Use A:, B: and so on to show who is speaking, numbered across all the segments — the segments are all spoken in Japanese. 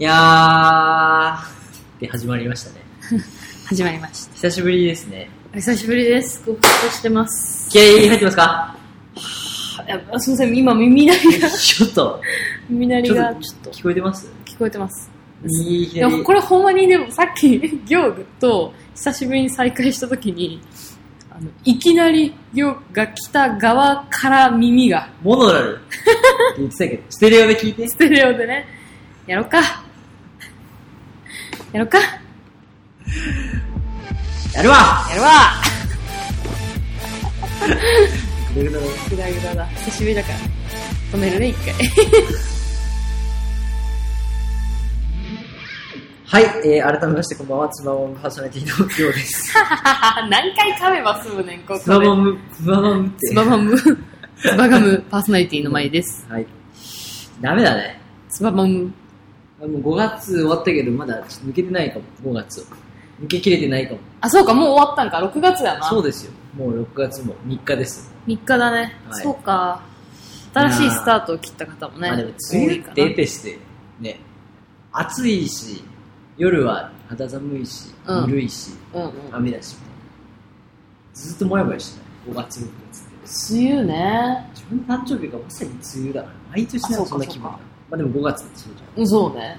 A: いやー、で始まりましたね。
B: 始まりました。
A: 久しぶりですね。
B: お久しぶりです。ご無沙汰してます。
A: 気合入ってますか
B: あやあすみません、今耳鳴りが、
A: ちょっと、
B: 耳鳴りがちょっと
A: 聞こえてます
B: 聞こえてます。
A: いき
B: い
A: な
B: や
A: り。
B: これほんまにでもさっき、 行具と久しぶりに再会した時に、あのいきなり行具が来た側から耳が、
A: モノラルって言ってたけど、ステレオで聞いて。
B: ステレオでね、やろうか。やろうか。
A: やるわ
B: やるわ
A: ぐだぐだだ
B: グダグダだ。久しぶりだから。止めるね、一回。
A: はい、えー、改めましてこんばんは、つまもんパーソナリティのりょうです。
B: 何回噛めば済むねん、ここで。
A: つまもむ、つまもむって。
B: つばばむ、つばがむパーソナリティの前です。
A: はい。ダメだね。
B: つばばむ。
A: もう5月終わったけど、まだちょっと抜けてないかも、5月を。抜けきれてないかも。
B: あ、そうか、もう終わったんか、6月やな。
A: そうですよ。もう6月も3日です。
B: 3日だね。
A: はい
B: そうか。新しいスタートを切った方もね。
A: まあでも、梅
B: 多
A: 雨
B: い
A: っ
B: か
A: て
B: な
A: 得てして、ね、暑いし、夜は肌寒いし、
B: うん
A: ぬるいし、
B: うんうん。
A: 雨だし、みたいな。ずっともやもやしてない。5月、6月って。
B: 梅雨ね。
A: 自分の誕生日がまさに梅雨だから、毎年なん
B: あそ
A: か
B: うか
A: そんな気分だ
B: そう
A: ま
B: か
A: あでも5月ってそうじゃん。
B: うんそうね。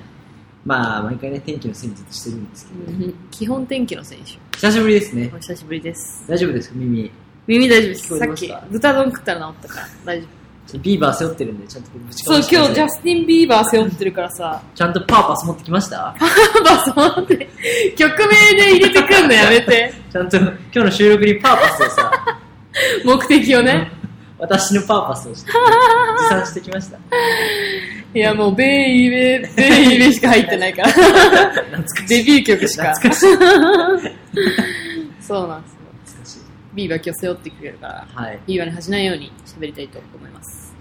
A: まあ、毎回ね、天気のせいにずっとしてるんですけど、
B: うん基本天気の選手。
A: 久しぶりですね
B: お。久しぶりです。
A: 大丈夫ですか、耳。
B: 耳大丈夫で
A: 聞
B: す。
A: こ
B: さ
A: え
B: っ
A: ました
B: き、豚丼食ったら治ったから。大
A: ち
B: 丈夫。
A: ょっとビーバー背負ってるんで、ちゃんとぶちか
B: そ
A: ま
B: う
A: し、て
B: 今日ジャスティン・ビーバー背負ってるからさ。
A: ちゃんとパーパス持ってきました
B: パパ、そうって、曲名で入れてくんのやめて。
A: ちゃんと今日の収録にパーパスをさ、
B: 目的をね。
A: 私のパーパスを して、持参してきました。
B: いや、もう、ベイベー、ベイベーしか入ってないか ら。
A: 懐かしい。
B: デビュー曲しか。
A: 懐かしい。
B: そうなんですよ。
A: 懐かしい。
B: ビーバー今日背負ってくれるから、
A: はい。
B: ビーバーに恥じないように喋りたいと思います。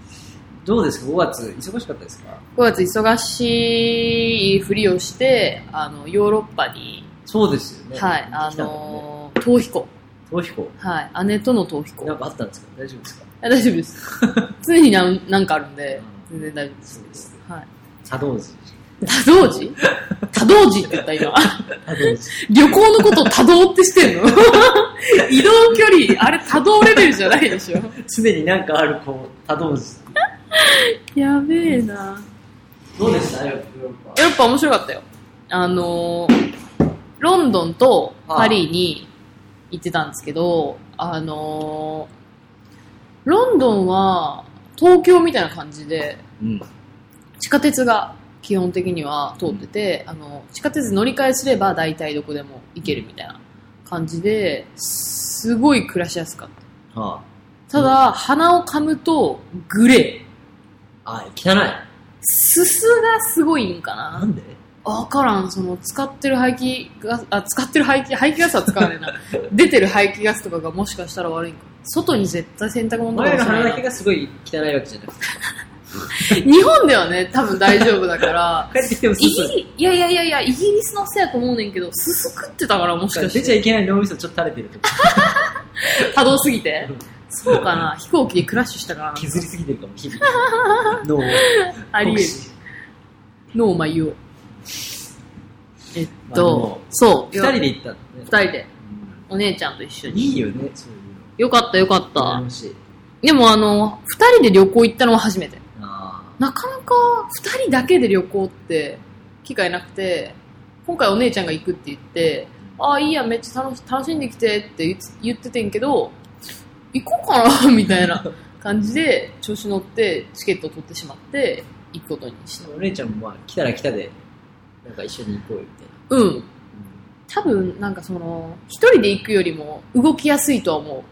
A: どうですか ?5 月、忙しかったですか
B: 5月忙しいふりをして、あの、ヨーロッパに、
A: そうですよね。
B: はい、あのー、逃避行。
A: 逃避行。
B: はい、姉との逃避
A: なん
B: 行。
A: かあったんですか大丈夫ですか
B: あ大丈夫 です。常になんなんかあるんで、
A: う
B: 全然大丈夫で
A: そうです
B: す。はい。
A: 茶道時。
B: 多動 時多動時って言った今。
A: 茶道時。
B: 旅行のことを多動ってしてんの 移動距離、あれ多動レベルじゃないで しょ。
A: 常になんかある、こう、茶道時。
B: やべえな。
A: どうでしたヨーロッパ
B: ヨーロッパ面白かったよ。あのーロンドンとパリに行ってたんですけど、あのーロンドンは東京みたいな感じで、
A: うん。
B: 地下鉄が基本的には通ってて、あの、地下鉄乗り換えすれば大体どこでも行けるみたいな感じで、すごい暮らしやすかった。
A: は
B: ただ、鼻を噛むとグレー。
A: あ。あ、汚い。
B: すすがすごいんかな
A: なんで
B: わからん、その使ってる排気ガス、あ、使ってる排気、排気ガスは使わね えな。出てる排気ガスとかがもしかしたら悪いんか。外に絶対洗濯物とか
A: 前の
B: 干さ
A: 鼻
B: な
A: だ
B: い
A: け
B: な
A: がすごい汚いわけじゃなくて。
B: 日本ではね、多分大丈夫だから。
A: 帰ってきても す
B: イ
A: ぐ
B: ギリ、いやいやいやいや、イギリスのせやと思うねんけど、すすくってたからもしか
A: 出ちゃ
B: して。
A: いけない脳みそちょっと垂れてるとか。
B: 多動すぎて。そうかな、飛行機でクラッシュしたからな。
A: 削りすぎてるかも、日々。 脳を。
B: ありえる。ノーマユオ。えっ
A: まあで
B: と
A: も、
B: そう。
A: 二人で行ったのね。
B: 二人で。
A: うん
B: お姉ちゃんと一緒
A: い
B: に。
A: いよね、そういうの。
B: よかったよかった。
A: 楽しい。
B: でもあの、二人で旅行行ったのは初めて。
A: あ
B: なかなか二人だけで旅行って機会なくて、今回お姉ちゃんが行くって言って、ああ、いいやん、めっちゃ楽し楽しんできてって言って言っててんけど、行こうかなみたいな感じで、調子乗ってチケットを取ってしまって、行くことにし
A: ー
B: た。
A: お姉ちゃんもまあ、来たら来たで、なんか一緒に行こうよ、みたいな。
B: うん。多分、なんかその、一人で行くよりも動きやすいとは思う。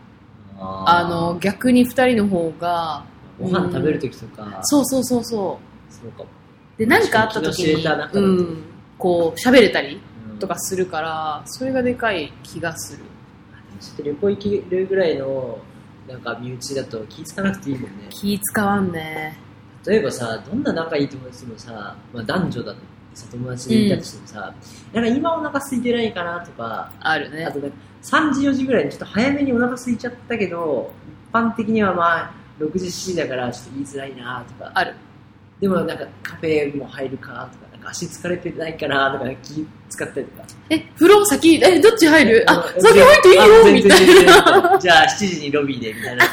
B: あの、逆に二人の方が、
A: ご飯食べるときとか、
B: そうそうそうそう。
A: そうかも。
B: で、何かあった時
A: 気の知れ
B: に
A: た仲
B: う
A: だと
B: ん、こう、喋れたり
A: うん
B: とかするから、それがでかい気がする。
A: ちょっと旅行行けるぐらいの、なんか身内だと気ぃつかなくていいもんね。
B: 気使わんね。
A: 例えばさ、どんな仲いい友達でもさ、まあ男女だとさ、友達でいたとしてもさ、なんか今お腹空いてないかなとか、
B: ある
A: あ
B: ね。
A: とね、3時4時ぐらいにちょっと早めにお腹空いちゃったけど、一般的にはまあ、6時7時だからちょっと言いづらいなとか、
B: ある。
A: でもなんかカフェも入るかとか、なんか足疲れてないかなとか気使ったりとか。
B: え、風呂先、え、どっち入るあ、
A: うん
B: 先入っていい
A: あ
B: よ
A: 全
B: み
A: 然
B: た
A: 全
B: い
A: 然
B: な。
A: じゃあ7時にロビーでみたい な。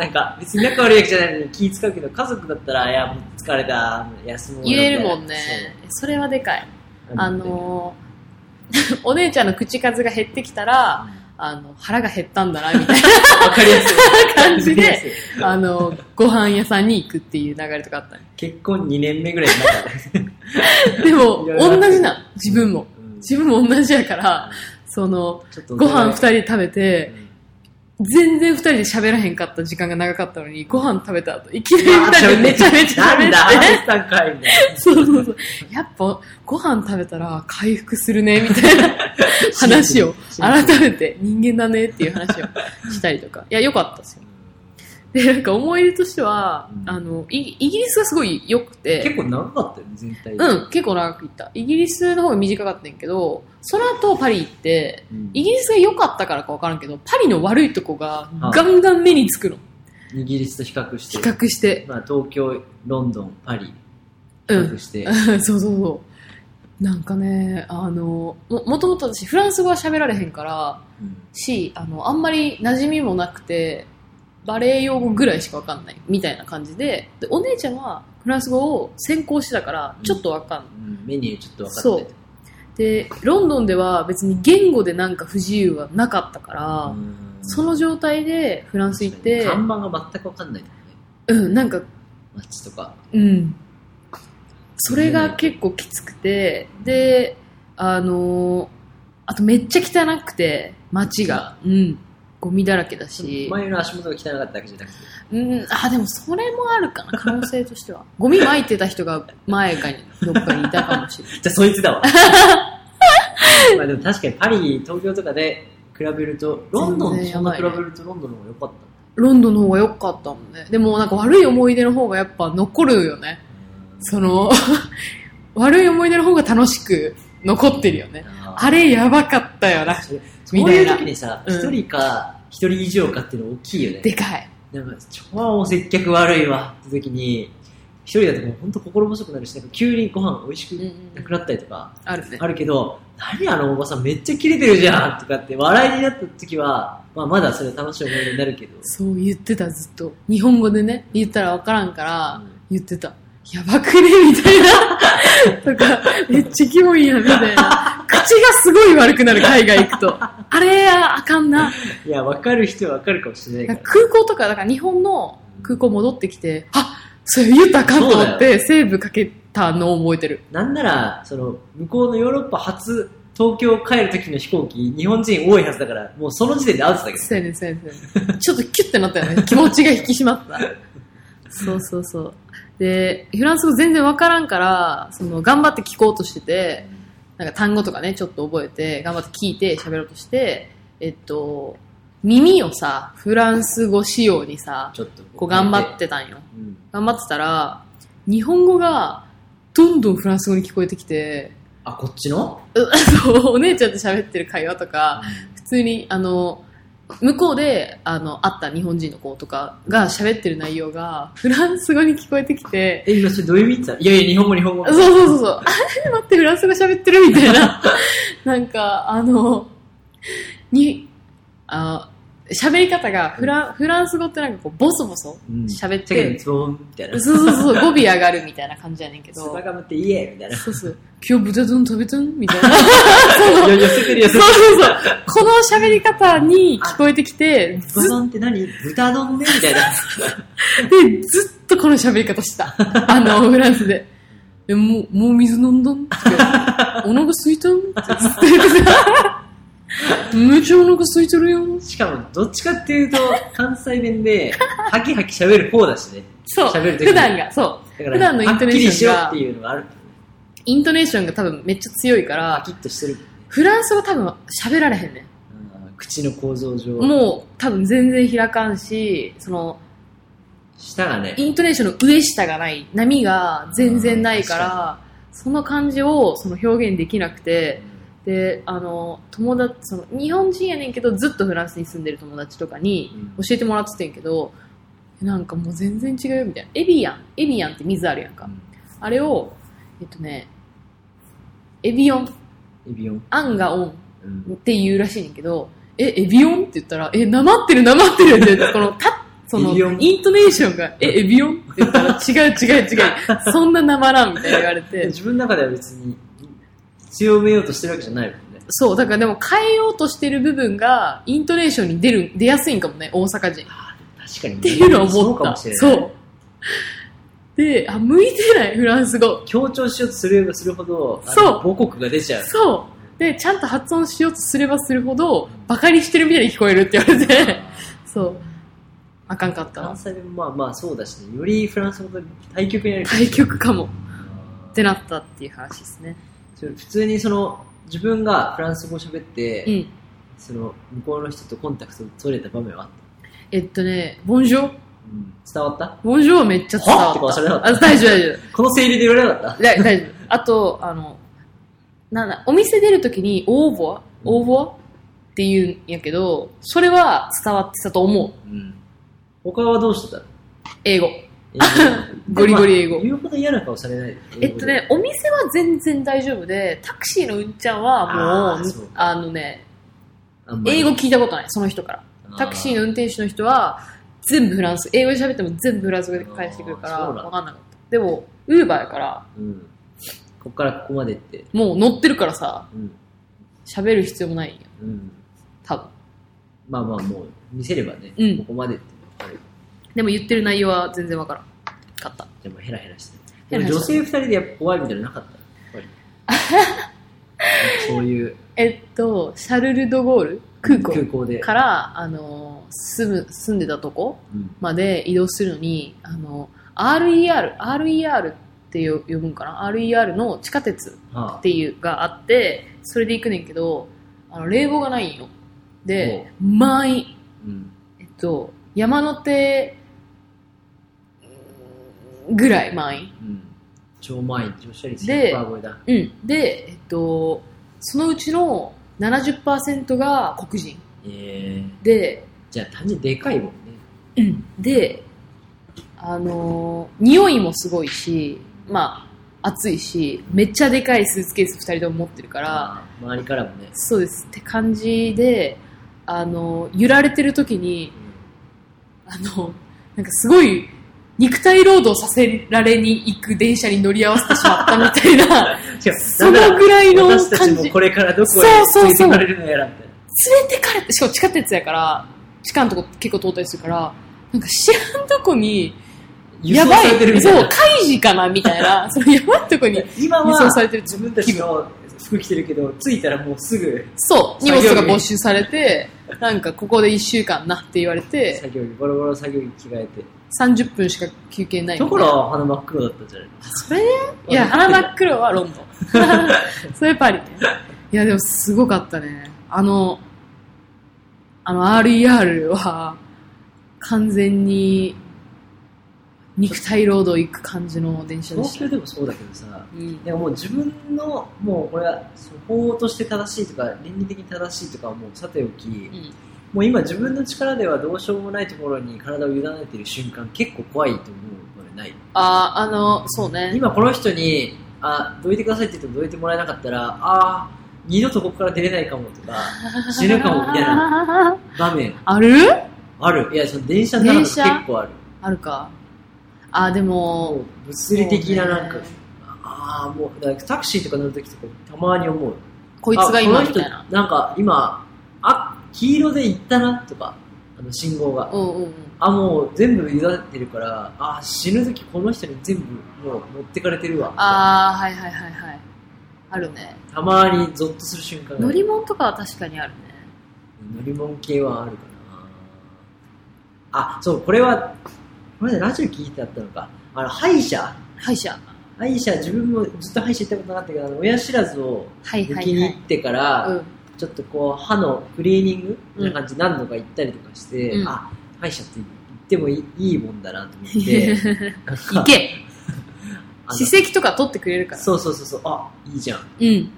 A: なんか別に仲悪いわけじゃないのに気使うけど、家族だったら、いや、もう疲れた、休もうよ
B: 言えるもんね。それはでかい。
A: そう
B: あのー お姉ちゃんの口数が減ってきたら、あの、腹が減ったんだな、みたい
A: わかりや すい。
B: な感じ
A: わかり
B: で、
A: やす い
B: あの、ご飯屋さんに行くっていう流れとかあったね。
A: 結婚2年目ぐらいになったね。
B: でも、
A: いろいろあった
B: 同じな、自分も。
A: うん
B: 自分も同じやから、その、
A: ちょっと
B: ご飯二人で食べて、全然二人で喋らへんかった時間が長かったのに、ご飯食べた後、いきなり二人でめちゃめちゃ
A: な
B: 喋
A: んだ、
B: って
A: 話。したんかいみたいな。
B: そうそうそう。やっぱ、ご飯食べたら回復するね、みたいな 話を、
A: シンプル
B: 改めて人間だねっていう話を したりとか。いや、良かったですよ。で、なんか思い出としては
A: う、ん
B: あの、イイギリスがすごい良くて、
A: 結構長かったよね、全体で
B: うん、結構長く行った。イギリスの方が短かったんやけど、その後パリ行って、
A: うん
B: イギリスが良かったからか分からんけど、パリの悪いとこが
A: あ
B: ガンガン目につくの。
A: イギリスと比較し
B: 比
A: て。
B: 較して。
A: まあ、東京、ロンドン、パリ、比
B: うん
A: 較。して。
B: そうそうそう。なんかね、あの、ももともと私フランス語は喋られへんから、
A: うん
B: し、あの、あんまり馴染みもなくて、バレエ用語ぐらいしかわかんないみたいな感じで、でお姉ちゃんはフランス語を専攻してたから、ちょっとわかんない。
A: うんメニューちょっと分かって
B: そうで、ロンドンでは別に言語でなんか不自由はなかったから、
A: うん
B: その状態でフランス行って、
A: 看板が全く分かんないからね
B: うん、なんか、
A: 街とか
B: うん。それが結構きつくて、で、あのーあとめっちゃ汚くて、街が。うん。ゴミだらけだし。
A: 前の足元が汚かっただけじゃなくて
B: うん、あ、でもそれもあるかな、可能性としては。 ゴミ撒いてた人が前かに、どっかにいたかもしれ ない。
A: じゃあそいつだわまあでも確かにパリ東京とかで比べるとロンドンとそんな比べるとロンドンの方が良かっ
B: ロンドンの方が良かったもんね。でもなんか悪い思い出の方がやっぱ残るよね。その、 悪い思い出の方が楽しく残ってるよね。
A: たな
B: あれやばかったよな。
A: それそういう
B: みたいな
A: 時にさ
B: うん
A: 一人か一人以上かっていうの大きいよね
B: でかい。
A: なんか超接客悪いわって時に一人だともう本当心細くなるしなんか急にご飯美味し
B: うんう
A: くな
B: ん
A: くなったりとか
B: あるね。
A: あるけど、何あのおばさんめっちゃキレてるじゃんとかって笑いになった時は、まあまだそれ楽しい思い出になるけど、
B: そう言ってた、ずっと。日本語でね、言ったらわからんから、
A: うん
B: 言ってた。やばくねみたいな。 とか、めっちゃキモいやん、みたいな。口がすごい悪くなる、海外行くと。あれや、あかんな。
A: いや、わかる人はわかるかもしれ ないから。
B: 空港とか、だから日本の空港戻ってきて、あそれ言ったらあかんと思
A: そ
B: っ
A: うだ
B: て、セーブかけたのを覚えてる。
A: なんなら、その、向こうのヨーロッパ初、東京帰る時の飛行機、日本人多いはずだから、もうその時点でアウトだけど。
B: そうやね、そうやねそうやね。ちょっとキュッてなったよ ね。気持ちが引き締まった。そうそうそう。で、フランス語全然わからんから、その、頑張って聞こうとしてて、なんか単語とかね、ちょっと覚えて、頑張って聞いて喋ろうとして、えっと、耳をさ、フランス語仕様にさ、
A: ちょっと。
B: こう頑張っ。てたんよ。
A: うん。
B: 頑張ってたら、日本語がどんどんフランス語に聞こえてきて、
A: あ、こっちの
B: うそうお姉ちゃんと喋ってる会話とか、普通にあの向こうであの会った日本人の子とかが喋ってる内容がフランス語に聞こえてきて
A: え、今それどういう意味って言ったいやいや、日本語、日本語。
B: そうそうそうそうあ待ってフランス語喋ってるみたいななんかあのにあ喋り方がフランフランス語ってなんかこうボソボソ
A: うん。
B: 喋っ
A: だけど、
B: て、
A: ズボンみたいな。
B: そうそうそう語尾上がるみたいな感じやねん け
A: ス
B: ど
A: パガムって言えみたいな。
B: そうそう今日豚丼食べたんみたいな
A: いや寄せてる、寄せてる。
B: そうそうそうこの喋り方に聞こえてきてず
A: 豚丼って何豚丼ねみたいな。
B: で、ずっとこの喋り方 した。あの、フランスで。え、もう、もう水飲んだんって。お腹空いたんってずっと言って た。めっちゃお腹空いてるよ。
A: しかも、どっちかっていうと、関西弁で、ハキハキ喋る方だしね。
B: そう。
A: 喋る時
B: 普段が、そ
A: だ
B: う。
A: から、
B: 普段のイントネーションが
A: はっきりしようっていうのがある。
B: イントネーションが多分めっちゃ強いか
A: パ
B: ら、
A: キッとしてる。
B: フランス語多分喋られへんね
A: うん口の構造上。
B: ん。もう多分全然開かんし、その、
A: 舌がね。
B: イントネーションの上下がない、波が全然ないから、その感じをその表現できなくて、であの友達その日本人やねんけどずっとフランスに住んでる友達とかに
A: うん
B: 教えてもらっててんけどなんかもう全然違うよみたいなエビアンエビアンって水あるやんかあれをえっとねエビオン、
A: エビオン。
B: アンがオン
A: うん。
B: って言うらしいねんけど、え、エビオンって言ったら、え、なまってるなまってる って、この、た、その、
A: エビオン
B: イントネーションが、え、エビオンって言ったら、違う違う違う、そんななまらんみたいに言われて、
A: 自分の中では別に強めようとしてるわけじゃないもんね。
B: そう、だからでも変えようとしてる部分が、イントネーションに出る、出やすいんかもね、大阪人。っ
A: 確かに。って
B: いうのは
A: そ
B: 思
A: う
B: っ
A: かも
B: た。
A: しれない。
B: そう。で、あ、向いてない、フランス語。
A: 強調しようとすればするほど、あの
B: そう
A: 母国が出ちゃう。
B: そう。で、ちゃんと発音しようとすればするほど、バカにしてるみたいに聞こえるって言われて、 そう。あかんかった
A: 関。西弁もまあまあそうだし、ね、よりフランス語と対極にある
B: 対局かも。
A: あ
B: っ
A: ー
B: てなったっていう話ですね。
A: それ普通にその自分がフランス語喋って、
B: うん。
A: その向こうの人とコンタクト取れた場面はあっ
B: えっとね、ボンジョ
A: た、うん伝わった
B: ボンジョはめっちゃ伝
A: は
B: わ
A: っ
B: って。
A: 顔してなかった
B: あ、大丈夫大丈夫。
A: この整理で言われなかった
B: だ大丈夫。あと、あの、なんだ、お店出るときに、応募応募って言うんやけど、それは伝わってたと思う。
A: うん他はどうしてた
B: 英語。
A: 英語
B: ゴリゴリ英語
A: まあ言うほど嫌な顔されない
B: えっとね、お店は全然大丈夫で、タクシーのうんちゃんは
A: あ
B: も
A: ー
B: う、
A: そう
B: あのね、英語聞いたことない、その人から。タクシーの
A: の
B: 運転手の人は、全部フランス、英語で喋っても全部フランス語で返してくるか
A: あー
B: ら、
A: そうなんだ
B: わかんなかった。でも、ウーバーやから、
A: うんこっからここまでって
B: もう乗ってるからさ、
A: うん
B: 喋る必要もないんよ、
A: うん
B: 多分。
A: まあまあもう見せればね、
B: うん
A: ここまでってわかる
B: でも言ってる内容は全然わからんかった。
A: でもヘラヘラして
B: ヘ
A: で
B: ラ
A: も
B: ヘラ
A: 女
B: して
A: 性二人でやっぱ怖いみたいなのなかったや っぱりそういう
B: えっと、シャルル・ド・ゴール空港
A: 空港で
B: から、あの、住む、住んでたとこ
A: うん
B: まで移動するのに、あの、RER、RER ってよ呼ぶんかな ?RER の地下鉄
A: は
B: っていうがあって、それで行くねんけど、あの、冷房がないんよ。で、満員。
A: あうん
B: えっと、山手ぐらい満員。
A: うん超満員乗車率
B: で
A: 100%超えだ
B: うん、で、えっと、そのうちの70%が黒人
A: ええ
B: で、
A: じゃあ単純にでかいもんね
B: で、あのー匂いもすごいし、まあ、暑いし、めっちゃでかいスーツケース2人とも持ってるから、
A: あ周りからもね
B: そうですって感じで、あのー揺られてる時に、あの、なんかすごい、肉体労働させられに行く電車に乗り合わせてしまったみ たいな、
A: 違う
B: そのぐらいの
A: 私たち
B: 感
A: も
B: じ。
A: これからどこ
B: そう
A: へ
B: そ
A: 連
B: う
A: れて
B: そう
A: かれるのやらみたいな
B: 連れてかれて、しかも地下鉄やから、地下のとこ結構通ったりするから、なんか知らんとこに、
A: 輸
B: や
A: 送
B: ば
A: されてる
B: い、
A: みた
B: そ、
A: いうな
B: 開示かなみたい な、そのやばいとこに、
A: 今
B: 輸送さ
A: は
B: れてる
A: 自分たちの服着てるけど着いたらもうすぐ
B: そう、荷
A: 作業着
B: 物が没収されて、なんかここで1週間なって言われて、
A: 作業着ボロボロ作業着着替えて
B: 30分しか休憩ないみたいな
A: ところは鼻真っ黒だったんじゃないの
B: それねいや、花真っ黒はロンドン。それパリね。いや、でもすごかったね。あの、あの RER は、完全に、肉体労働行く感じの電車で
A: 東
B: した。
A: 京でもそうだけどさ
B: うん
A: でももう自分のもうこれはその法として正しいとか倫理的に正しいとかはもうさておき、
B: うん
A: もう今自分の力ではどうしようもないところに体を委ねてる瞬間結構怖いと思うのでない
B: あ、あの、そうね。
A: 今この人にあどいてくださいって言ってもどいてもらえなかったらあー二度とここから出れないかもと か死ぬかもみたいな
B: な。
A: 場面
B: ある
A: あるいやその電車の中だと
B: 電車
A: 結構ある
B: あるか。あ、で
A: も
B: も
A: う、物理的ななんか、
B: そうね
A: ああもうだからタクシーとか乗るときとかたまに思う
B: こいつが今
A: あ
B: み
A: この
B: た
A: 人
B: いな。
A: なんか今あ黄色で行ったなとかあの信号が
B: うんうんうん。
A: あもう全部委ねてるからあ死ぬ時この人に全部もう持ってかれてるわ
B: あー、はいはいはいはい。あるね。
A: たまにゾッとする瞬間が
B: 乗り物とかは確かにあるね。
A: 乗り物系はあるかなあそうこれはこれラジオ聞いてあったのかあの歯医者
B: 歯医者。
A: 歯医者自分もずっと歯医者行ったことなかったけどあの親知らずを
B: はい
A: 抜
B: は
A: き
B: い
A: に
B: は
A: 行
B: い。
A: ってから、
B: うん。
A: ちょっとこう歯のクリーニングみたいな感じで何度か行ったりとかして、
B: うん
A: あ歯医者って行ってもいいいいもんだなと思って なんか
B: 行け
A: あの
B: 歯石とか取ってくれるから。
A: そうそうそうそうあいいじゃん
B: うん。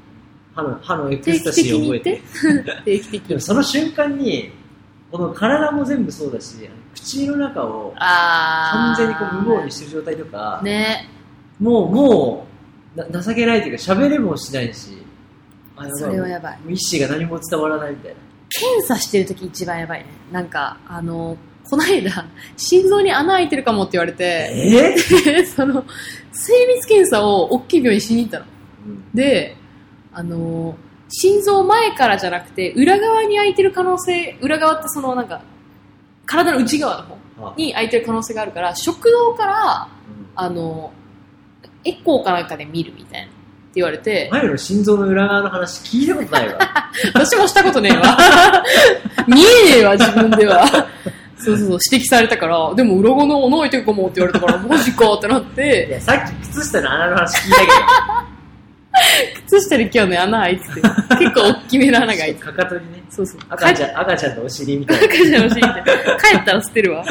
A: 歯の歯のエクス
B: 定期
A: タ
B: 的
A: シーを
B: に
A: 覚
B: 行
A: え
B: ってて。定期的
A: でも
B: に。
A: その瞬間にこの体も全部そうだし口の中を
B: あー。
A: 完全にこう無防にしてる状態とか、
B: ね。
A: もうもな情けないというか喋れもしないしあやばい
B: それはやばい。
A: もう意思が何も伝わらないみたいな
B: 検査してる時一番やばいね。なんか、あの、こないだ、心臓に穴開いてるかもって言われて、
A: え
B: でその、精密検査を大きい病院しに行ったの。
A: うん
B: で、あの、心臓前からじゃなくて、裏側に開いてる可能性、裏側ってそのなんか、体の内側の方
A: あ
B: に開いてる可能性があるから、食道から、
A: うん
B: あの、エコーかなんかで見るみたいな。って言われて、
A: 前の心臓の裏側の話聞いたことない わ
B: 私もしたことねえわ。見えねえわ、自分では。そうそうそう、指摘されたから、でも裏側の穴開いてるかもって言われたから、マジかってなっ
A: い
B: て、
A: やさっき靴下の穴の話聞いたけど
B: 靴下に今日ね、穴開い てて、結構大きめ の穴が開いてて。
A: かかとにね
B: そうそう。
A: 赤ちゃん赤ちゃんのお尻みたい な
B: 赤ちゃん欲しいって。帰ったら捨てる わ。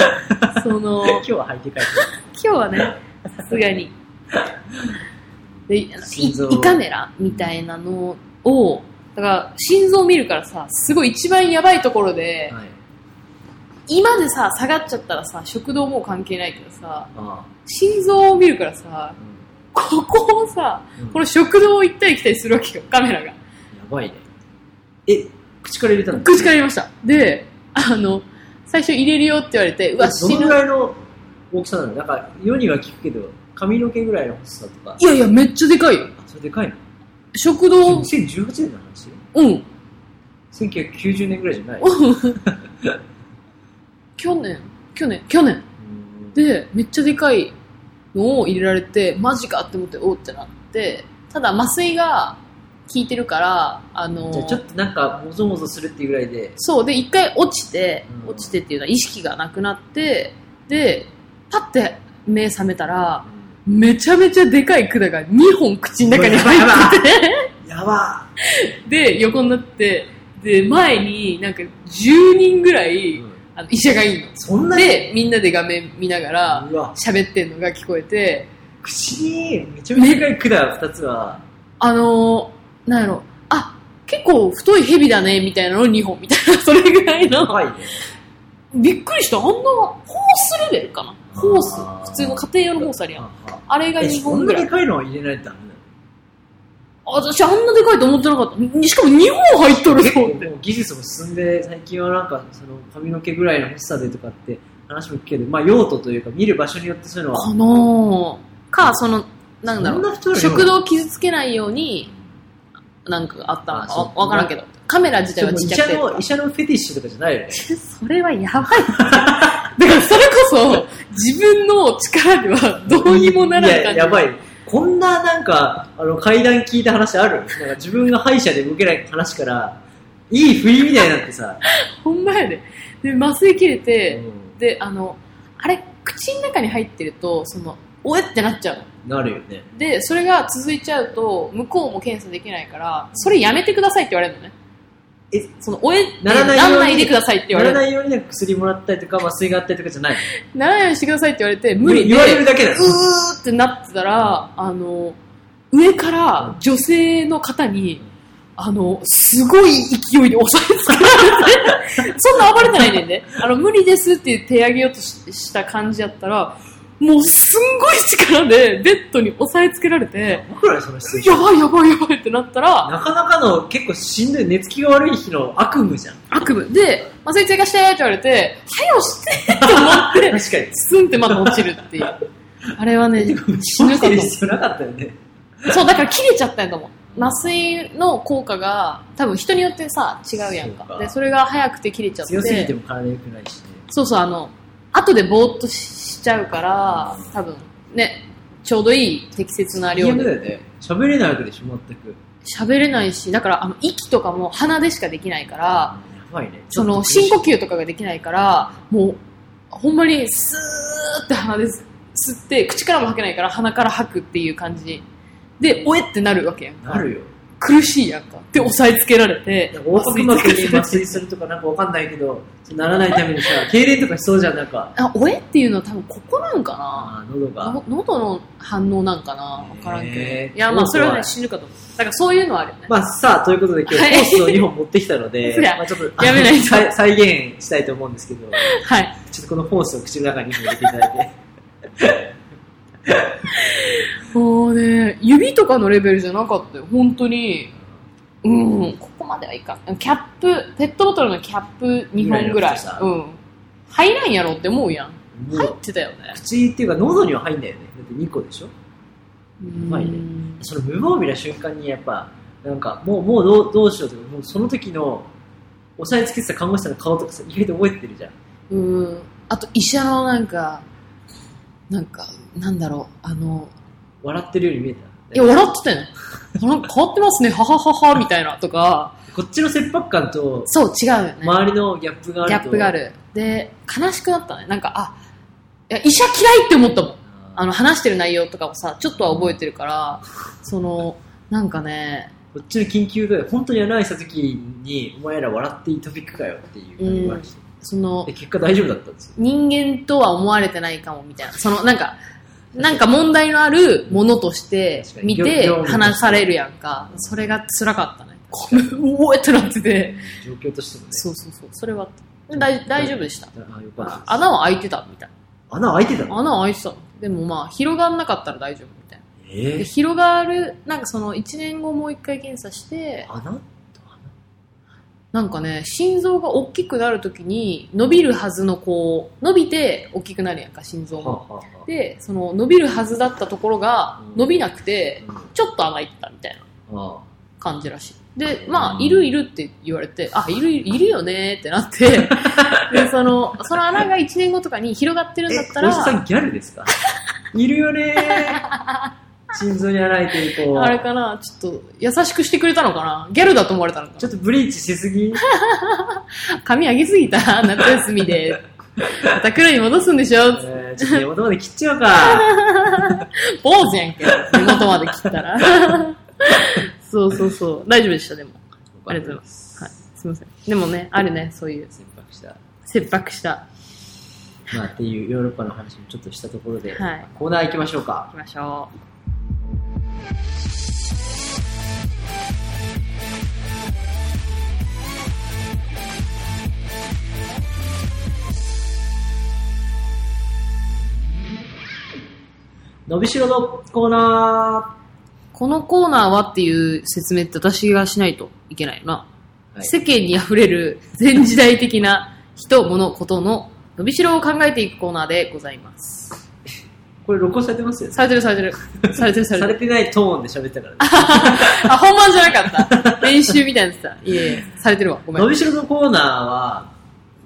B: その、
A: 今
B: 今
A: 日は履いて帰っ
B: 日はね、さすがに。で、い
A: 心臓
B: 胃カメラみたいなのを、だから心臓見るからさ、すごい一番やばいところで
A: た、、はい、
B: 今でさ、下がっちゃったらさ、食堂もう関係ないけどさ、
A: あ
B: 心臓を見るからさ
A: あ、、
B: ここをさ、
A: うん
B: この食堂を行ったり来たりするわけよ、カメラが。
A: やばいねえ口から入れたの
B: 口から入れました。で、あの、最初入れるよって言われて、うわ、死
A: どの
B: ぬ
A: ぐ。らいの大きさなのなんか世には聞くけど髪の毛ぐらいの細さとか
B: いやいや、めっちゃでかいよ。
A: あそれでかいの
B: 食堂、
A: 2018年の話
B: うん。
A: 1990年ぐらいじゃない
B: 去年、去年、去年。で、めっちゃでかいのを入れられて、マジかって思って、おーってなって、ただ麻酔が効いてるから、あの
A: じゃあちょっとなんかもぞもぞするっていうぐらいで
B: そう、で、一回落ちて
A: う、ん
B: 落ちてっていうのは意識がなくなって、で、パッて目覚めたら、めちゃめちゃでかい管が2本口の中に入ってて、
A: やば
B: で、横になって、で、前になんか10人ぐら
A: ー
B: い、あの医者がいるの。
A: そんなに
B: で、みんなで画面見ながら、
A: うわ
B: 喋ってんのが聞こえて、
A: 口にめちゃめちゃでかい管2つは
B: あのー、なんやろ、あ、結構太い蛇だね、みたいなの2本みたいな、 それぐらい
A: や
B: の。
A: ばいね
B: びっくりした、あんな、ホースレベルかなホース
A: あー。
B: 普通の家庭用のホースあるやん。
A: ああ
B: あれが
A: え
B: 2
A: そ
B: 本
A: ん
B: ぐ
A: な
B: ら
A: で
B: い。
A: かいのは入れないとダメだよ
B: 私あんなでかいと思ってなかった。しかも2本入っとる
A: 結
B: ぞ
A: 構
B: って。
A: もう技術も進んで最近はなんかその髪の毛ぐらいの細さでとかって話も聞くけど、まあ、用途というか見る場所によってそういうのは
B: かなーか、その、なんだろ、
A: そんな太いうの
B: 食堂傷つけないように、なんかあったの
A: あ
B: か
A: そう
B: わわからんけど。カメラ自体はちっ
A: 医
B: ちゃく
A: 者
B: て。
A: の医者のフェティッシュとかじゃないよね
B: それはやばい。 だからそれこそ、自分の力ではどうにもならない
A: いや
B: 感じ。
A: やばいこんななんかあの階段聞いた話あるなんか自分が歯医者で向けない話からいい不意みたいになってさ、
B: ほんまやで。で、麻酔切れて、
A: う
B: で、あの、あれ、口の中に入ってると、その、おえってなっちゃう
A: ん、
B: の。
A: なるよね
B: で、それが続いちゃうと、向こうも検査できないから、それやめてくださいって言われるのね。
A: え
B: その、おえって
A: ならないように
B: なんないでくださいって言
A: や
B: われ
A: ら
B: る。
A: ないようになんか薬もらったりとか麻酔があったりとかじゃない
B: ならないようにしてくださいって言われて、
A: の
B: 無理で。
A: 言われるだけだよ
B: うーってなってたら、あの、上から女性の方に、あの、すごい勢いで押さえつ けられて、そんな暴れてないねんで、あの、無理ですって手上げようとしした感じやったら、もうすんごい力でベッドに押さえつけられて、
A: 僕らその質
B: やばいやばいやばいってなったら、
A: なかなかの結構しんどい寝つきが悪い日の悪夢じゃん
B: 悪夢で、麻酔追加してって言われて、早よしてって思って、
A: 確かに
B: スンってまた落ちるっ ていう。あれはね、死ぬかと
A: る
B: 思った
A: 必要なかったよね
B: そう、だから切れちゃったんやと思う。麻酔の効果が、多分人によってさ、違うやんか。
A: そうか
B: で、それが早くて切れちゃって。
A: 強すぎても体良くないしね
B: そうそう、あの、後でぼーっとしちゃうから、多分、ね、ちょうどいい適切な量
A: CM だ
B: で。
A: よね喋れないわけでしょ全く
B: 喋れないし、だから、あの、息とかも鼻でしかできないから、
A: やばいね
B: その、
A: ちょっ
B: 深
A: と
B: 呼吸とかができないから、もう、ほんまにスーって鼻です吸って、口からも吐けないから鼻から吐くっていう感じで、おえってなるわけやんか。
A: なるよ
B: 苦しいやんか。で、押さえつけられて
A: なんか、横隔膜に麻酔するとかなんかわかんないけどならないた めにさ痙攣とかしそうじゃんなんか
B: あ、おえっていうのは多分ここなんか
A: あー喉
B: な
A: が
B: の喉の反応なんかなわからんけ
A: へ
B: ど。
A: ー
B: いや、まあそれは
A: 怖
B: ね、
A: い
B: 死ぬかと思う。だからそういうのはあるよね。
A: まあさあということで今日コ
B: はい
A: ースを2本持ってきたので
B: そりゃ
A: まあちょっと
B: やめないと
A: あの再再現したいと思うんですけど
B: はい。
A: ちょっとこのホースを口の中に入れていただいて
B: もうね、指とかのレベルじゃなかったよ、本当に。うん、ここまではいかん。キャップ、ペットボトルのキャップ2本ぐ
A: ぐらい
B: ら
A: の太
B: い
A: さ。
B: うん。入らんやろって思うやん。
A: も
B: 入
A: う
B: ってたよね。
A: 口っていうか喉には入んないよねだって2個でしょ
B: う
A: まいね
B: ん
A: その無防備な瞬間にやっぱなんかもうもうどうどうしようとかもうその時の押さえつけてた看護師さんの顔とかさ意外と覚えてるじゃん
B: うん。あと、医者のなんか、なんか、なんだろう、あの、
A: 笑ってるように見えた
B: いや、笑ってたよ。あなんか変わってますね、はははは、みたいな、とか。
A: こっちの切迫感と
B: そう、違うよね。
A: 周りのギャップがある
B: ギ
A: と
B: ャップがある。で、悲しくなったね。なんか、あ、いや医者嫌いって思ったもん。あ
A: あー
B: の、話してる内容とかをさ、ちょっとは覚えてるから、その、なんかね、
A: こっちの緊急が本当に穴開いた時にお前ら笑っていいトピックかよっていう感じがあるし
B: その
A: で、結果大丈夫だったんですよ
B: 人間とは思われてないかも、みたいな。その、なんか、なんか問題のあるものとして
A: 確かに
B: 見て
A: 業業務として
B: 話されるやんか。それが辛かったね。これ、うおえってなってて。
A: 状況としてもね
B: そうそうそう。それはあった。大大丈夫でした。
A: あーよかった
B: 穴は開いてたみたい
A: 穴開いてた
B: な。
A: の
B: 穴は開いてたの。でもまあ、広がんなかったら大丈夫みたいな。
A: えー、
B: で広がる、なんかその1年後もう一回検査して、
A: 穴と
B: なんかね、心臓が大きくなるときに、伸びるはずのこう、伸びて大きくなるやんか、心臓
A: 穴は
B: も。
A: あはあは
B: で、その伸びるはずだったところが
A: うん
B: 伸びなくて、
A: あ
B: ちょっと穴開いてたみたいな
A: うんあー
B: 感じらしい。で、まあ、いるいるって言われて、あ、いるいるいるよねーってなって、 で、その、その穴が1年後とかに広がってるんだった
A: えおじさ
B: ら、
A: んギャルですかいるよ ねー心臓に穴開いてる子
B: あれかな、ちょっと優しくしてくれたのかな、ギャルだと思われたのかな
A: ちょっとブリーチしす ぎ
B: 髪上げすぎた夏休 みで。また黒に戻すんでしょ
A: えーちょっと根元まで切っちゃおうか
B: ポーズやんけ。根元まで切っ たら。そうそうそう。大丈夫でした、でも。ありがとうございますはい。すいません。でもね、あるね、そういう、
A: 切迫した、
B: 切迫した。
A: まあ、っていうヨーロッパの話もちょっとしたところで、
B: はい
A: コーナー行きましょう
B: 行
A: か
B: きましょ
A: 伸びしろのコーナ
B: う。このコーナーはっていう説明って私がしないといけないよな。
A: ー、はい
B: 世間に溢れる全時代的な人、物、ことの伸びしろを考えていくコーナーでございます。
A: これ録音されてますよね
B: されてるされてる。されてるされて
A: さ
B: る
A: れ。てないトーンで喋ったからね、
B: あ、本番じゃなかった。練習みたいなやつだ。いえいえ、されてるわ。ごめん
A: 伸。びしろのコーナ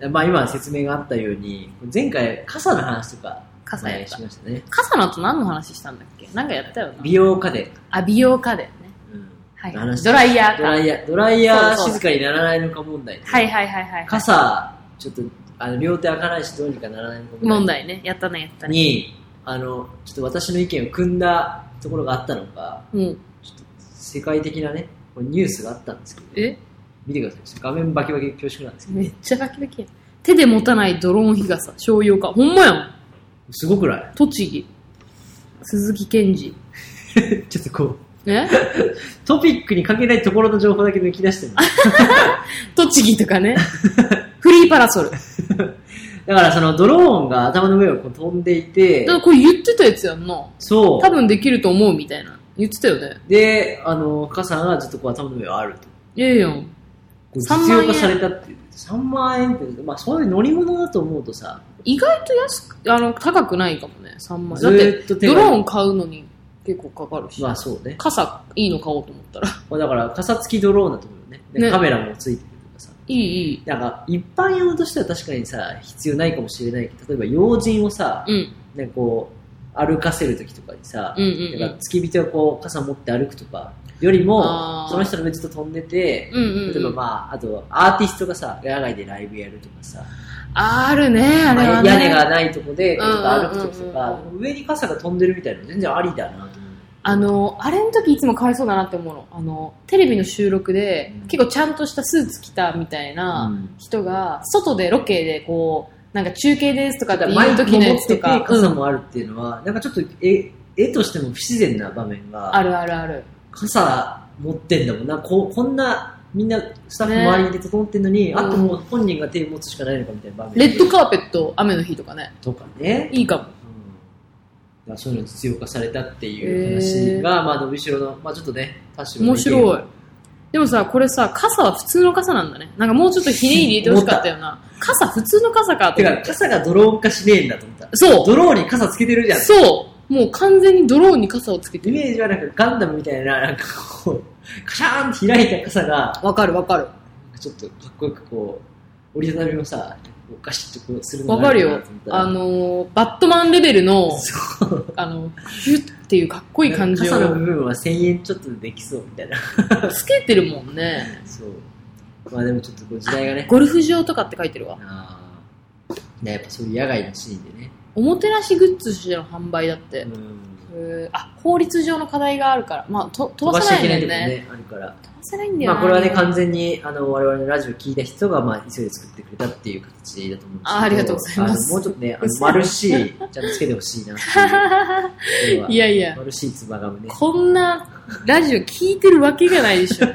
A: ーは、まあ、今説明があったように前回傘の話とか
B: 傘やった
A: しましたね
B: 傘の後何の話したんだっけなんかやったよな。
A: 美容家電、
B: あ、美容家電ね。
A: うん
B: はい。
A: の話
B: ドライヤー
A: ド
B: か。は
A: ラ
B: い
A: イヤードライヤー
B: そうそう
A: 静かにならないのか問題、
B: はいはいはい。はい。
A: 傘ちょっとあの両手開かないしどうにかならないのか
B: 問題ね。やったね、やったね。
A: にあのちょっと私の意見を組んだところがあったのか
B: うん。
A: ちょっと世界的なねこうニュースがあったんですけど、
B: え
A: 見てくださいちょっと画面バキバキで恐縮なんですけど
B: めっちゃガキガキやん。手で持たないドローン日傘、商用化。ほんまやん。
A: すごくな
B: 栃木。鈴木健二。
A: い ちょっとこう
B: え
A: トピックにかけないところの情報だけ抜き出してるの
B: 栃木とか ね。フリーパラソル。だ
A: だからそのドローンが頭の上をこう飛んでいて
B: からこれ言ってたやつやんな。
A: そ
B: 多分できると思うみたいな。言ってたよね。
A: うであの傘がずっとこう頭の上をあると
B: ええやん。3
A: 実
B: 万円
A: 用化されたっていう3万円って、まあ、そういう乗り物だと思うとさ
B: 意外と安く、あの、高くないかもね、3万円。
A: ず
B: だって、
A: ーっと手
B: ド
A: が
B: ローン買うのに結構かかるし。
A: まあそうね
B: 傘、いいの買おうと思ったら。
A: まあ、だから、傘付きドローンだと思うよね。で
B: ね
A: カメラもついてるとかさ。
B: いい、いい。
A: なんか、一般用としては確かにさ、必要ないかもしれないけど、例えば要人をさ、
B: うん、
A: なんかこう、歩かせるときとかにさ
B: う、ん、うんう
A: なんか
B: ん。
A: 付き人がこう、傘持って歩くとか、よりも
B: あ、ー
A: その人の上ずっと飛んでて、
B: うんうんうん
A: 例えばまあ、あと、アーティストがさ、野外でライブやるとかさ、
B: あるね、あれ
A: ま
B: は、
A: あ
B: ね。
A: 屋根がないとこで、こうちょっと歩くときと
B: うん
A: か
B: うん、
A: 上に傘が飛んでるみたいなの全然ありだなと思う。
B: あの、あれの時いつもかわいそうだなって思うの。あの、テレビの収録で
A: うん、
B: 結構ちゃんとしたスーツ着たみたいな
A: うん
B: 人が、外でロケでこう、なんか中継ですとかって
A: だから
B: 言
A: マイ
B: う
A: ク
B: 時
A: も
B: の
A: 持
B: や
A: っ
B: つ
A: て
B: と
A: て
B: か、
A: 傘
B: うん
A: もあるっていうのは、なんかちょっと絵絵としても不自然な場面
B: あ
A: が
B: るあるある。
A: 傘持ってんだもんなこうこんなみんなスタッフ周りで整ってんのに、
B: ね
A: あともう本人が手を持つしかないのかみたいな場面
B: レッドカーペット、雨の日とかね。
A: とかね、
B: いいかも。
A: うんまあそういうの実用化されたっていう話が、まあ、伸びしろの、まあちょっとね、パッシブな
B: 面白
A: 意
B: い。でもさ、これさ、傘は普通の傘なんだね。なんかもうちょっとひねり入れてほしかったよな。傘、普通の傘かと
A: 見
B: 思
A: てる。て
B: っ
A: か、
B: て。
A: 傘がドローン化しねえんだと思った。
B: そう
A: ドローンに傘つけてるじゃん。
B: そうもう完全にドローンに傘をつけて
A: イ
B: る。
A: メージはなんかガンダムみたいな、なんかこう、カシャーンって開いた傘が、
B: わかるわかる。
A: ちょっとかっこよくこう、折りたたみをさ、こうガシッとこうするの
B: わかる
A: あ
B: よ
A: と思っ。たら
B: あのー、バットマンレベルの、あの、ヒュッっていうかっこいい感じ
A: 傘の部
B: を
A: 分は1000円ちょっとでできそうみたいな。
B: つけてるもんね。
A: そう。まあでもちょっとこう時代がね。
B: ゴルフ場とかって書いてるわ。
A: あーね、やっぱそういう野外のシーンでね。
B: おもてなしグッズとしての販売だって。
A: うん。
B: へーあ、法律上の課題があるから。まあ、と飛
A: 飛
B: ば
A: ばしち
B: さ
A: ゃ
B: ないい
A: け
B: ん
A: な
B: だ
A: い
B: よ
A: とこ
B: ね。
A: ね、あるから。
B: 飛ばせないんだよ
A: まあこれはね、完全に、あの、我々のラジオ聞いた人が、まあ、急いで作ってくれたっていう形だと思うんですけど。
B: あありがとうございます。
A: あのもうちょっとね、あの、丸しい、ちゃんとつけてほしいなっていう
B: いやいや
A: 丸しいつばがむね。
B: こんなラジオ聞いてるわけがないで しょ。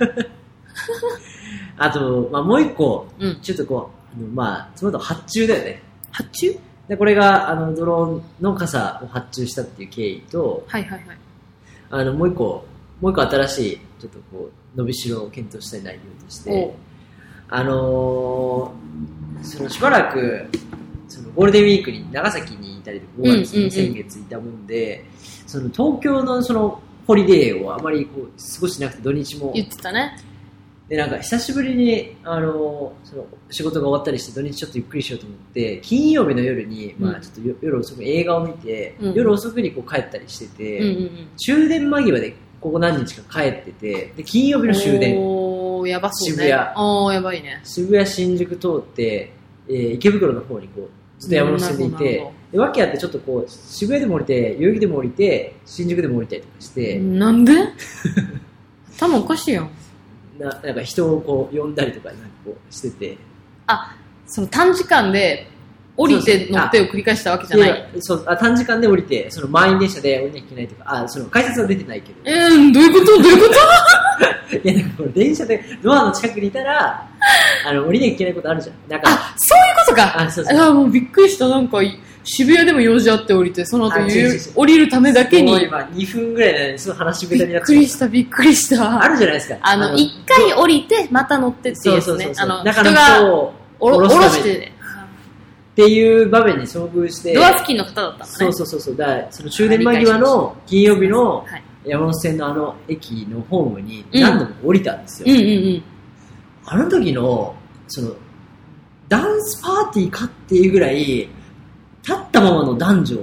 A: あと、まあ、もう一個、
B: うん。
A: ちょっとこう、あのまあ、その後発注だよね。
B: 発注
A: で、これが、あの、ドローンの傘を発注したっていう経緯と、
B: はいはいはい。
A: あの、もう一個、もう一個新しい、ちょっとこう、伸びしろを検討したい内容として
B: お、
A: あのーそのしばらく、そのゴールデンウィークに長崎にいたりとか、
B: んうんうん
A: 5月に先月いたもんで、その東京のその、ホリデーをあまりこう過ごしてなくて土日も
B: 言ってたね。
A: でなんか久しぶりにあのその仕事が終わったりして土日ちょっとゆっくりしようと思って金曜日の夜に、
B: うん
A: まあ、ちょっとよ夜遅く映画を見て、
B: うん
A: 夜遅くにこう帰ったりしてて、
B: うんうんうん。
A: 終電間際でここ何日か帰っててで金曜日の終電
B: おー、やばそうね。
A: 渋谷
B: おー、やばいね。
A: 渋谷新宿通って、えー池袋の方にこうずっと山手線でい
B: なる
A: て
B: ほ
A: で訳あってちょっとこう渋谷でも降りて代々木でも降りて新宿でも降りたりとかして、
B: どなんで頭おかしいやん。
A: ななんか人をこう呼んだりとかなんかこうしてて。
B: その短時間で降りて乗ってを繰り返したわけじゃ
A: い
B: ない。
A: やそうあ短時間で降りて、その満員電車で降りなきゃいけないとか、あその改札は出てないけ
B: えー、どういうことどういうこ
A: ど、いやなんかこれ電車でドアの近くにいたら、あの降りなきゃいけないことあるじゃん。なん
B: と
A: か、
B: あ、そういうことか
A: あ、そうそう。
B: あもうびっくりした。なんか、渋谷でも用事あって降りて、その後
A: あ違う違う違う
B: 降りるためだけに
A: もう。今2分ぐらいなのにすごい話し下手
B: び
A: に
B: っ
A: なっ
B: く
A: ちゃう
B: りした、びっくりした。
A: あるじゃないですか。
B: あの、一回降りて、また乗ってっていう
A: そう
B: や
A: そ
B: つ
A: うそ
B: ね
A: う。そ
B: あ
A: う。
B: の、
A: だか
B: 人
A: ら
B: が
A: 人を
B: おろ
A: 下
B: 下
A: ろ
B: ろ
A: すた
B: し
A: めに
B: て、
A: っていう場面に遭遇して、
B: ドア付近の方だったのね。
A: そうそうそうそう。だからその終電間際の金曜日の
B: はい
A: 山手線のあの駅のホームに
B: うん
A: 何度も降りたんですよ。
B: うんうん
A: あの時の、その、ダンスパーティーかっていうぐらい、立ったままの男 女、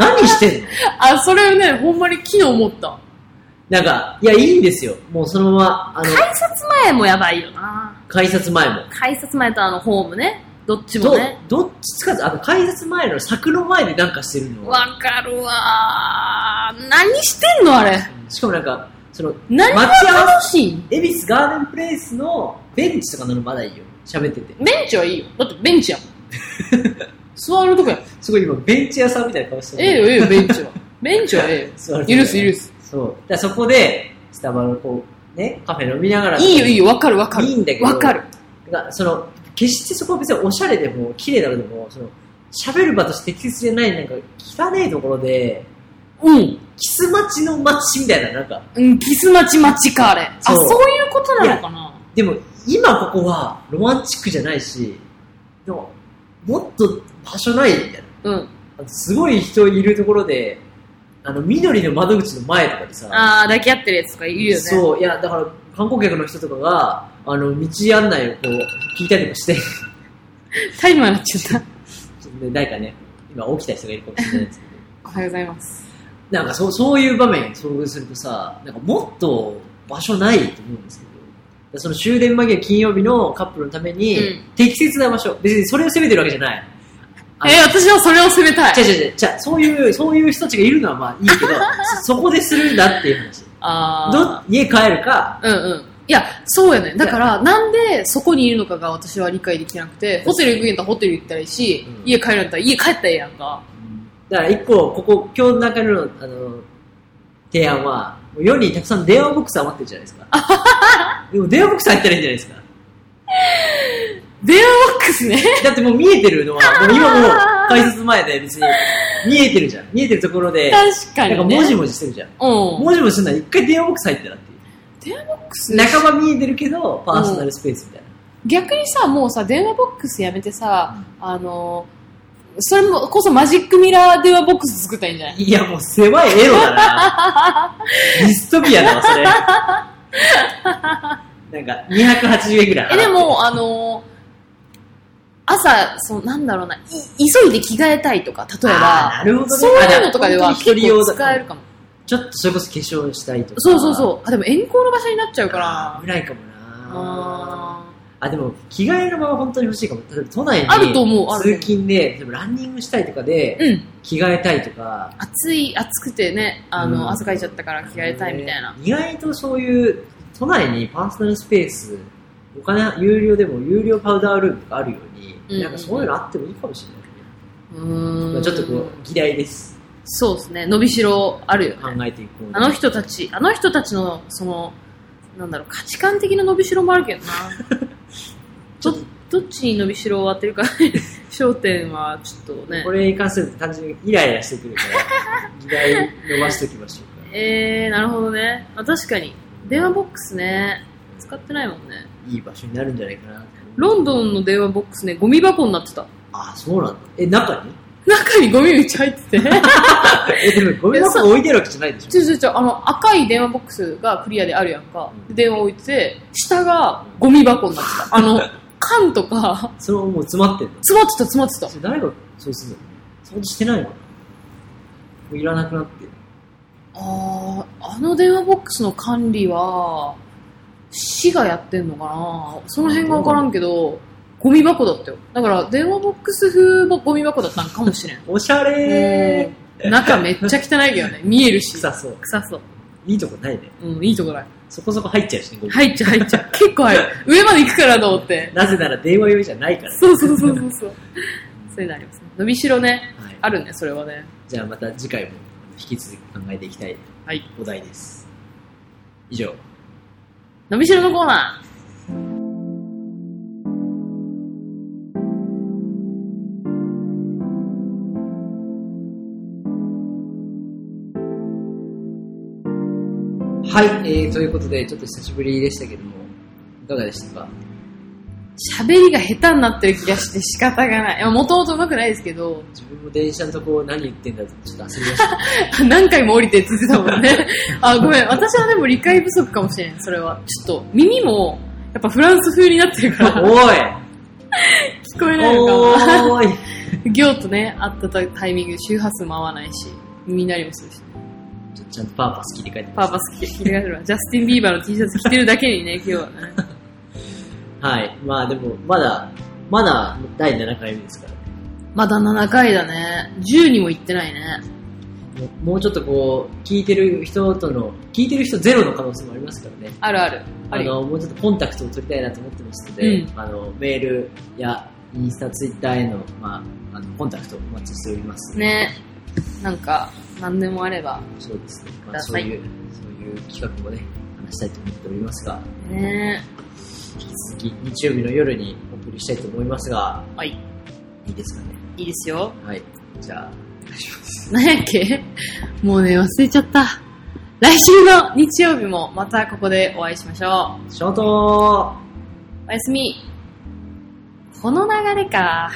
A: 何してんの
B: うん。あ、それね、ほんまに昨日思った。
A: なんか、いや、いいんですよ。もうそのまま、あの、
B: 改札前もやばいよな。
A: 改札前も。
B: 改札前とあの、ホームね。どっちも
A: ど
B: ね。
A: どっちつかず、あの、改札前の柵の前でなんかしてるの。
B: わかるわー。何してんのあれ。
A: しかもなんか、その、
B: 何が
A: 待ち合わ
B: 楽しいん
A: せ、恵比寿ガーデンプレイスのベンチとかなのまだいいよ。喋ってて。
B: ベンチはいいよ。だってベンチやもん。 座るとこやもん。
A: すごい今、ベンチ屋さんみたいな顔してる。
B: ええよ、ええよ、ベンチは。ベンチはえ
A: 座ると
B: え
A: こ
B: よ。許す、許す。
A: そう。だからそこで、スタバのこう、ね、カフェ飲みな がら。
B: いいよ、いいよ、わかる、わかる。
A: いいんだけど
B: わかる。
A: がその決してそこは別におしゃれでも綺麗だろうでもその喋る場として適切じゃないなんか汚いところで
B: うん。
A: キス待ちの街みたいななんか
B: うん、キス待ち待ちか、あれ。あ、
A: そ
B: そうういうことなのかな
A: でも今ここはロマンチックじゃないしでももっと場所ないみたいな
B: うん。
A: あのすごい人いるところであの緑の窓口の前とかでさ
B: あー、抱き合ってるやつとかいるよね。う。
A: そういやだから観光客の人とかがあの道案内をこう聞いたりとかして
B: タイマーなっちゃった。
A: ちょっとね誰かね今起きた人がいるかもしれないですけど
B: おはようございます。
A: なんかそうそういう場面に遭遇するとさ、なんかもっと場所ないと思うんですけど、その終電間際金曜日のカップルのために
B: うん
A: 適切な場所、別にそれを責めてるわけじゃない。あ
B: えー、私はそれを責めた
A: 違う。
B: い
A: 違う違う、違うそういう、そういう人たちがいるのはまあいい けど、そそこでするんだっていう話。ど
B: あ
A: 家帰るか、
B: ー。うんうん。いや、そうやね。だから、なんでそこにいるのかが私は理解できなくて、ホテル行くんやったらホテル行ったらいいし
A: うん、
B: 家帰るんやったら家帰ったらええやんか。
A: だから一個、ここ、今日の中の、あの、提案は、もう世にたくさん電話ボックス余ってるじゃないですか。 でも電話ボックス入ったらいいんじゃないですか。
B: 電話ボックスね。
A: だってもう見えてるのは、もう今もう改札前で別に見えてるじゃん。見えてるところで、
B: 確か
A: なんか
B: にね。
A: もじもじしてるじゃん。
B: うん。
A: もじもじするなら一回電話ボックス入ってなっていう。仲間見えてるけど、パーソナルスペースみたいな。
B: 逆にさ、もうさ、電話ボックスやめてさ、あの、それもこそマジックミラー電話ボックス作ったらいいんじゃない
A: いや、もう狭いエロだな。 ディストピアだわ、それ。 なんか、280円ぐらい。
B: え、で、も、あの、朝、そう、なんだろうな、い急いで着替えたいとか、例え
A: あーな
B: ば、
A: るほどね
B: そういうのとかでは
A: あじゃあ本当
B: 結
A: に一人用
B: 構
A: だ
B: 使えるかも。
A: ちょっとそれこそ化粧したいとか。
B: そうそうそう。あ、でも遠行の場所になっちゃうか
A: あー
B: ら。
A: 危ないかもな。
B: あ
A: あ、でも、着替えの場は本当に欲しいかも。例えば、都内に
B: あると思うあると思
A: 通
B: う
A: 勤で、例えばランニングしたいとかで、
B: ーうん。
A: 着替えたいとか。
B: 暑い、暑くてね、あの、
A: うん
B: 汗かいちゃったから着替えたいみたいな。
A: 意外とそういう、都内にパーソナルスペース、お金、有料でも有料パウダールームとかあるように、
B: うんうん
A: なんかそういうのあってもいいかもしれないね。
B: うー
A: まあ
B: ん。
A: ちょっとこう、議題です。
B: そうですね、伸びしろあるよね。
A: 考えていこう。
B: あの人たち、あの人たちの、その、なんだろう、価値観的な伸びしろもあるけど な。ちょどっちに伸びしろを当てるか、 焦点はちょっとね
A: こ。れに関すると単純にイライラしてくるから、議題伸ばしておきましょうか。
B: えー、なるほどね。あ確かに。電話ボックスね。使ってないもんね。
A: いい場所になるんじゃないかな。
B: ロンドンの電話ボックスね、ゴミ箱になってた。
A: あ、そうなんだ。え、中に
B: 中にゴミめっちゃ入ってて。
A: え、でもゴミ箱置いてるわけじゃないでしょ
B: ち。ょちょちょ、あの、赤い電話ボックスがクリアであるやんか。で電話置いてて、下がゴミ箱になってた。あの、缶とか、
A: それももう詰まってんの。
B: 詰まってた、詰まってた。
A: それ誰がそうするの掃除してないのかなもういらなくなって。
B: ああ、あの電話ボックスの管理は、市がやってんのかなその辺がわからんけど、ゴミ箱だったよ。だから、電話ボックス風もゴミ箱だったんかもしれん。
A: おしゃれー
B: 中めっちゃ汚いけどね。見えるし。
A: 臭そう。
B: 臭そう。
A: いいとこないね。
B: うん、いいとこない。
A: そこそこ入っちゃうしね、ゴミ
B: 入っちゃう入っちゃう。結構入る。上まで行くからと思って。
A: なぜなら電話用じゃないからね。
B: そうそうそうそうそう。そういうのありますね。伸びしろね。
A: はい
B: あるね、それはね。
A: じゃあまた次回も引き続き考えていきたい
B: はい
A: お題です。以上。
B: 伸びしろのコーナー。
A: はい、えー、ということで、ちょっと久しぶりでしたけども、いかがでしたか
B: 喋りが下手になってる気がして仕方がない。いやもともと上手くないですけど、
A: 自分も電車のとこ何言ってんだってちょっと焦りました。
B: 何回も降りてって言ってたもんね。あ、ごめん。私はでも理解不足かもしれん、それは。ちょっと、耳も、やっぱフランス風になってるから、 聞
A: おい
B: こえないのかな。
A: おーい
B: 行とね、会ったタイミングで周波数も合わないし、耳鳴りもするし、
A: ちょっとちゃんとパーパス切り替えて
B: パーパス着て、着て帰るわ。ジャスティン・ビーバーの T シャツ着てるだけにね、今日はね。
A: はい。まあでも、まだ、まだ第7回目ですから、
B: まだ7回だね。10にも行ってないね。
A: もうもうちょっとこう、聞いてる人との、聞いてる人ゼロの可能性もありますからね。
B: あるある。あ
A: あ
B: るよ。
A: の、もうちょっとコンタクトを取りたいなと思ってますので、
B: うん
A: あの、メールやインスタ、ツイッターへの、まあ、あの、コンタクトをお待ちしております。
B: ね。なんか、何でもあれば。
A: そうですね。
B: く
A: ま
B: だ
A: あ、そ
B: さ
A: う
B: い
A: いう、そういう企画もね、話したいと思っておりますが、
B: ね
A: 引き続き日曜日の夜にお送りしたいと思いますが、
B: はい。
A: いいですかね。
B: いいですよ。
A: はい。じゃあ、
B: なんやっけもうね、忘れちゃった。来週の日曜日もまたここでお会いしましょ
A: ショート
B: う。おやすみ。この流れか。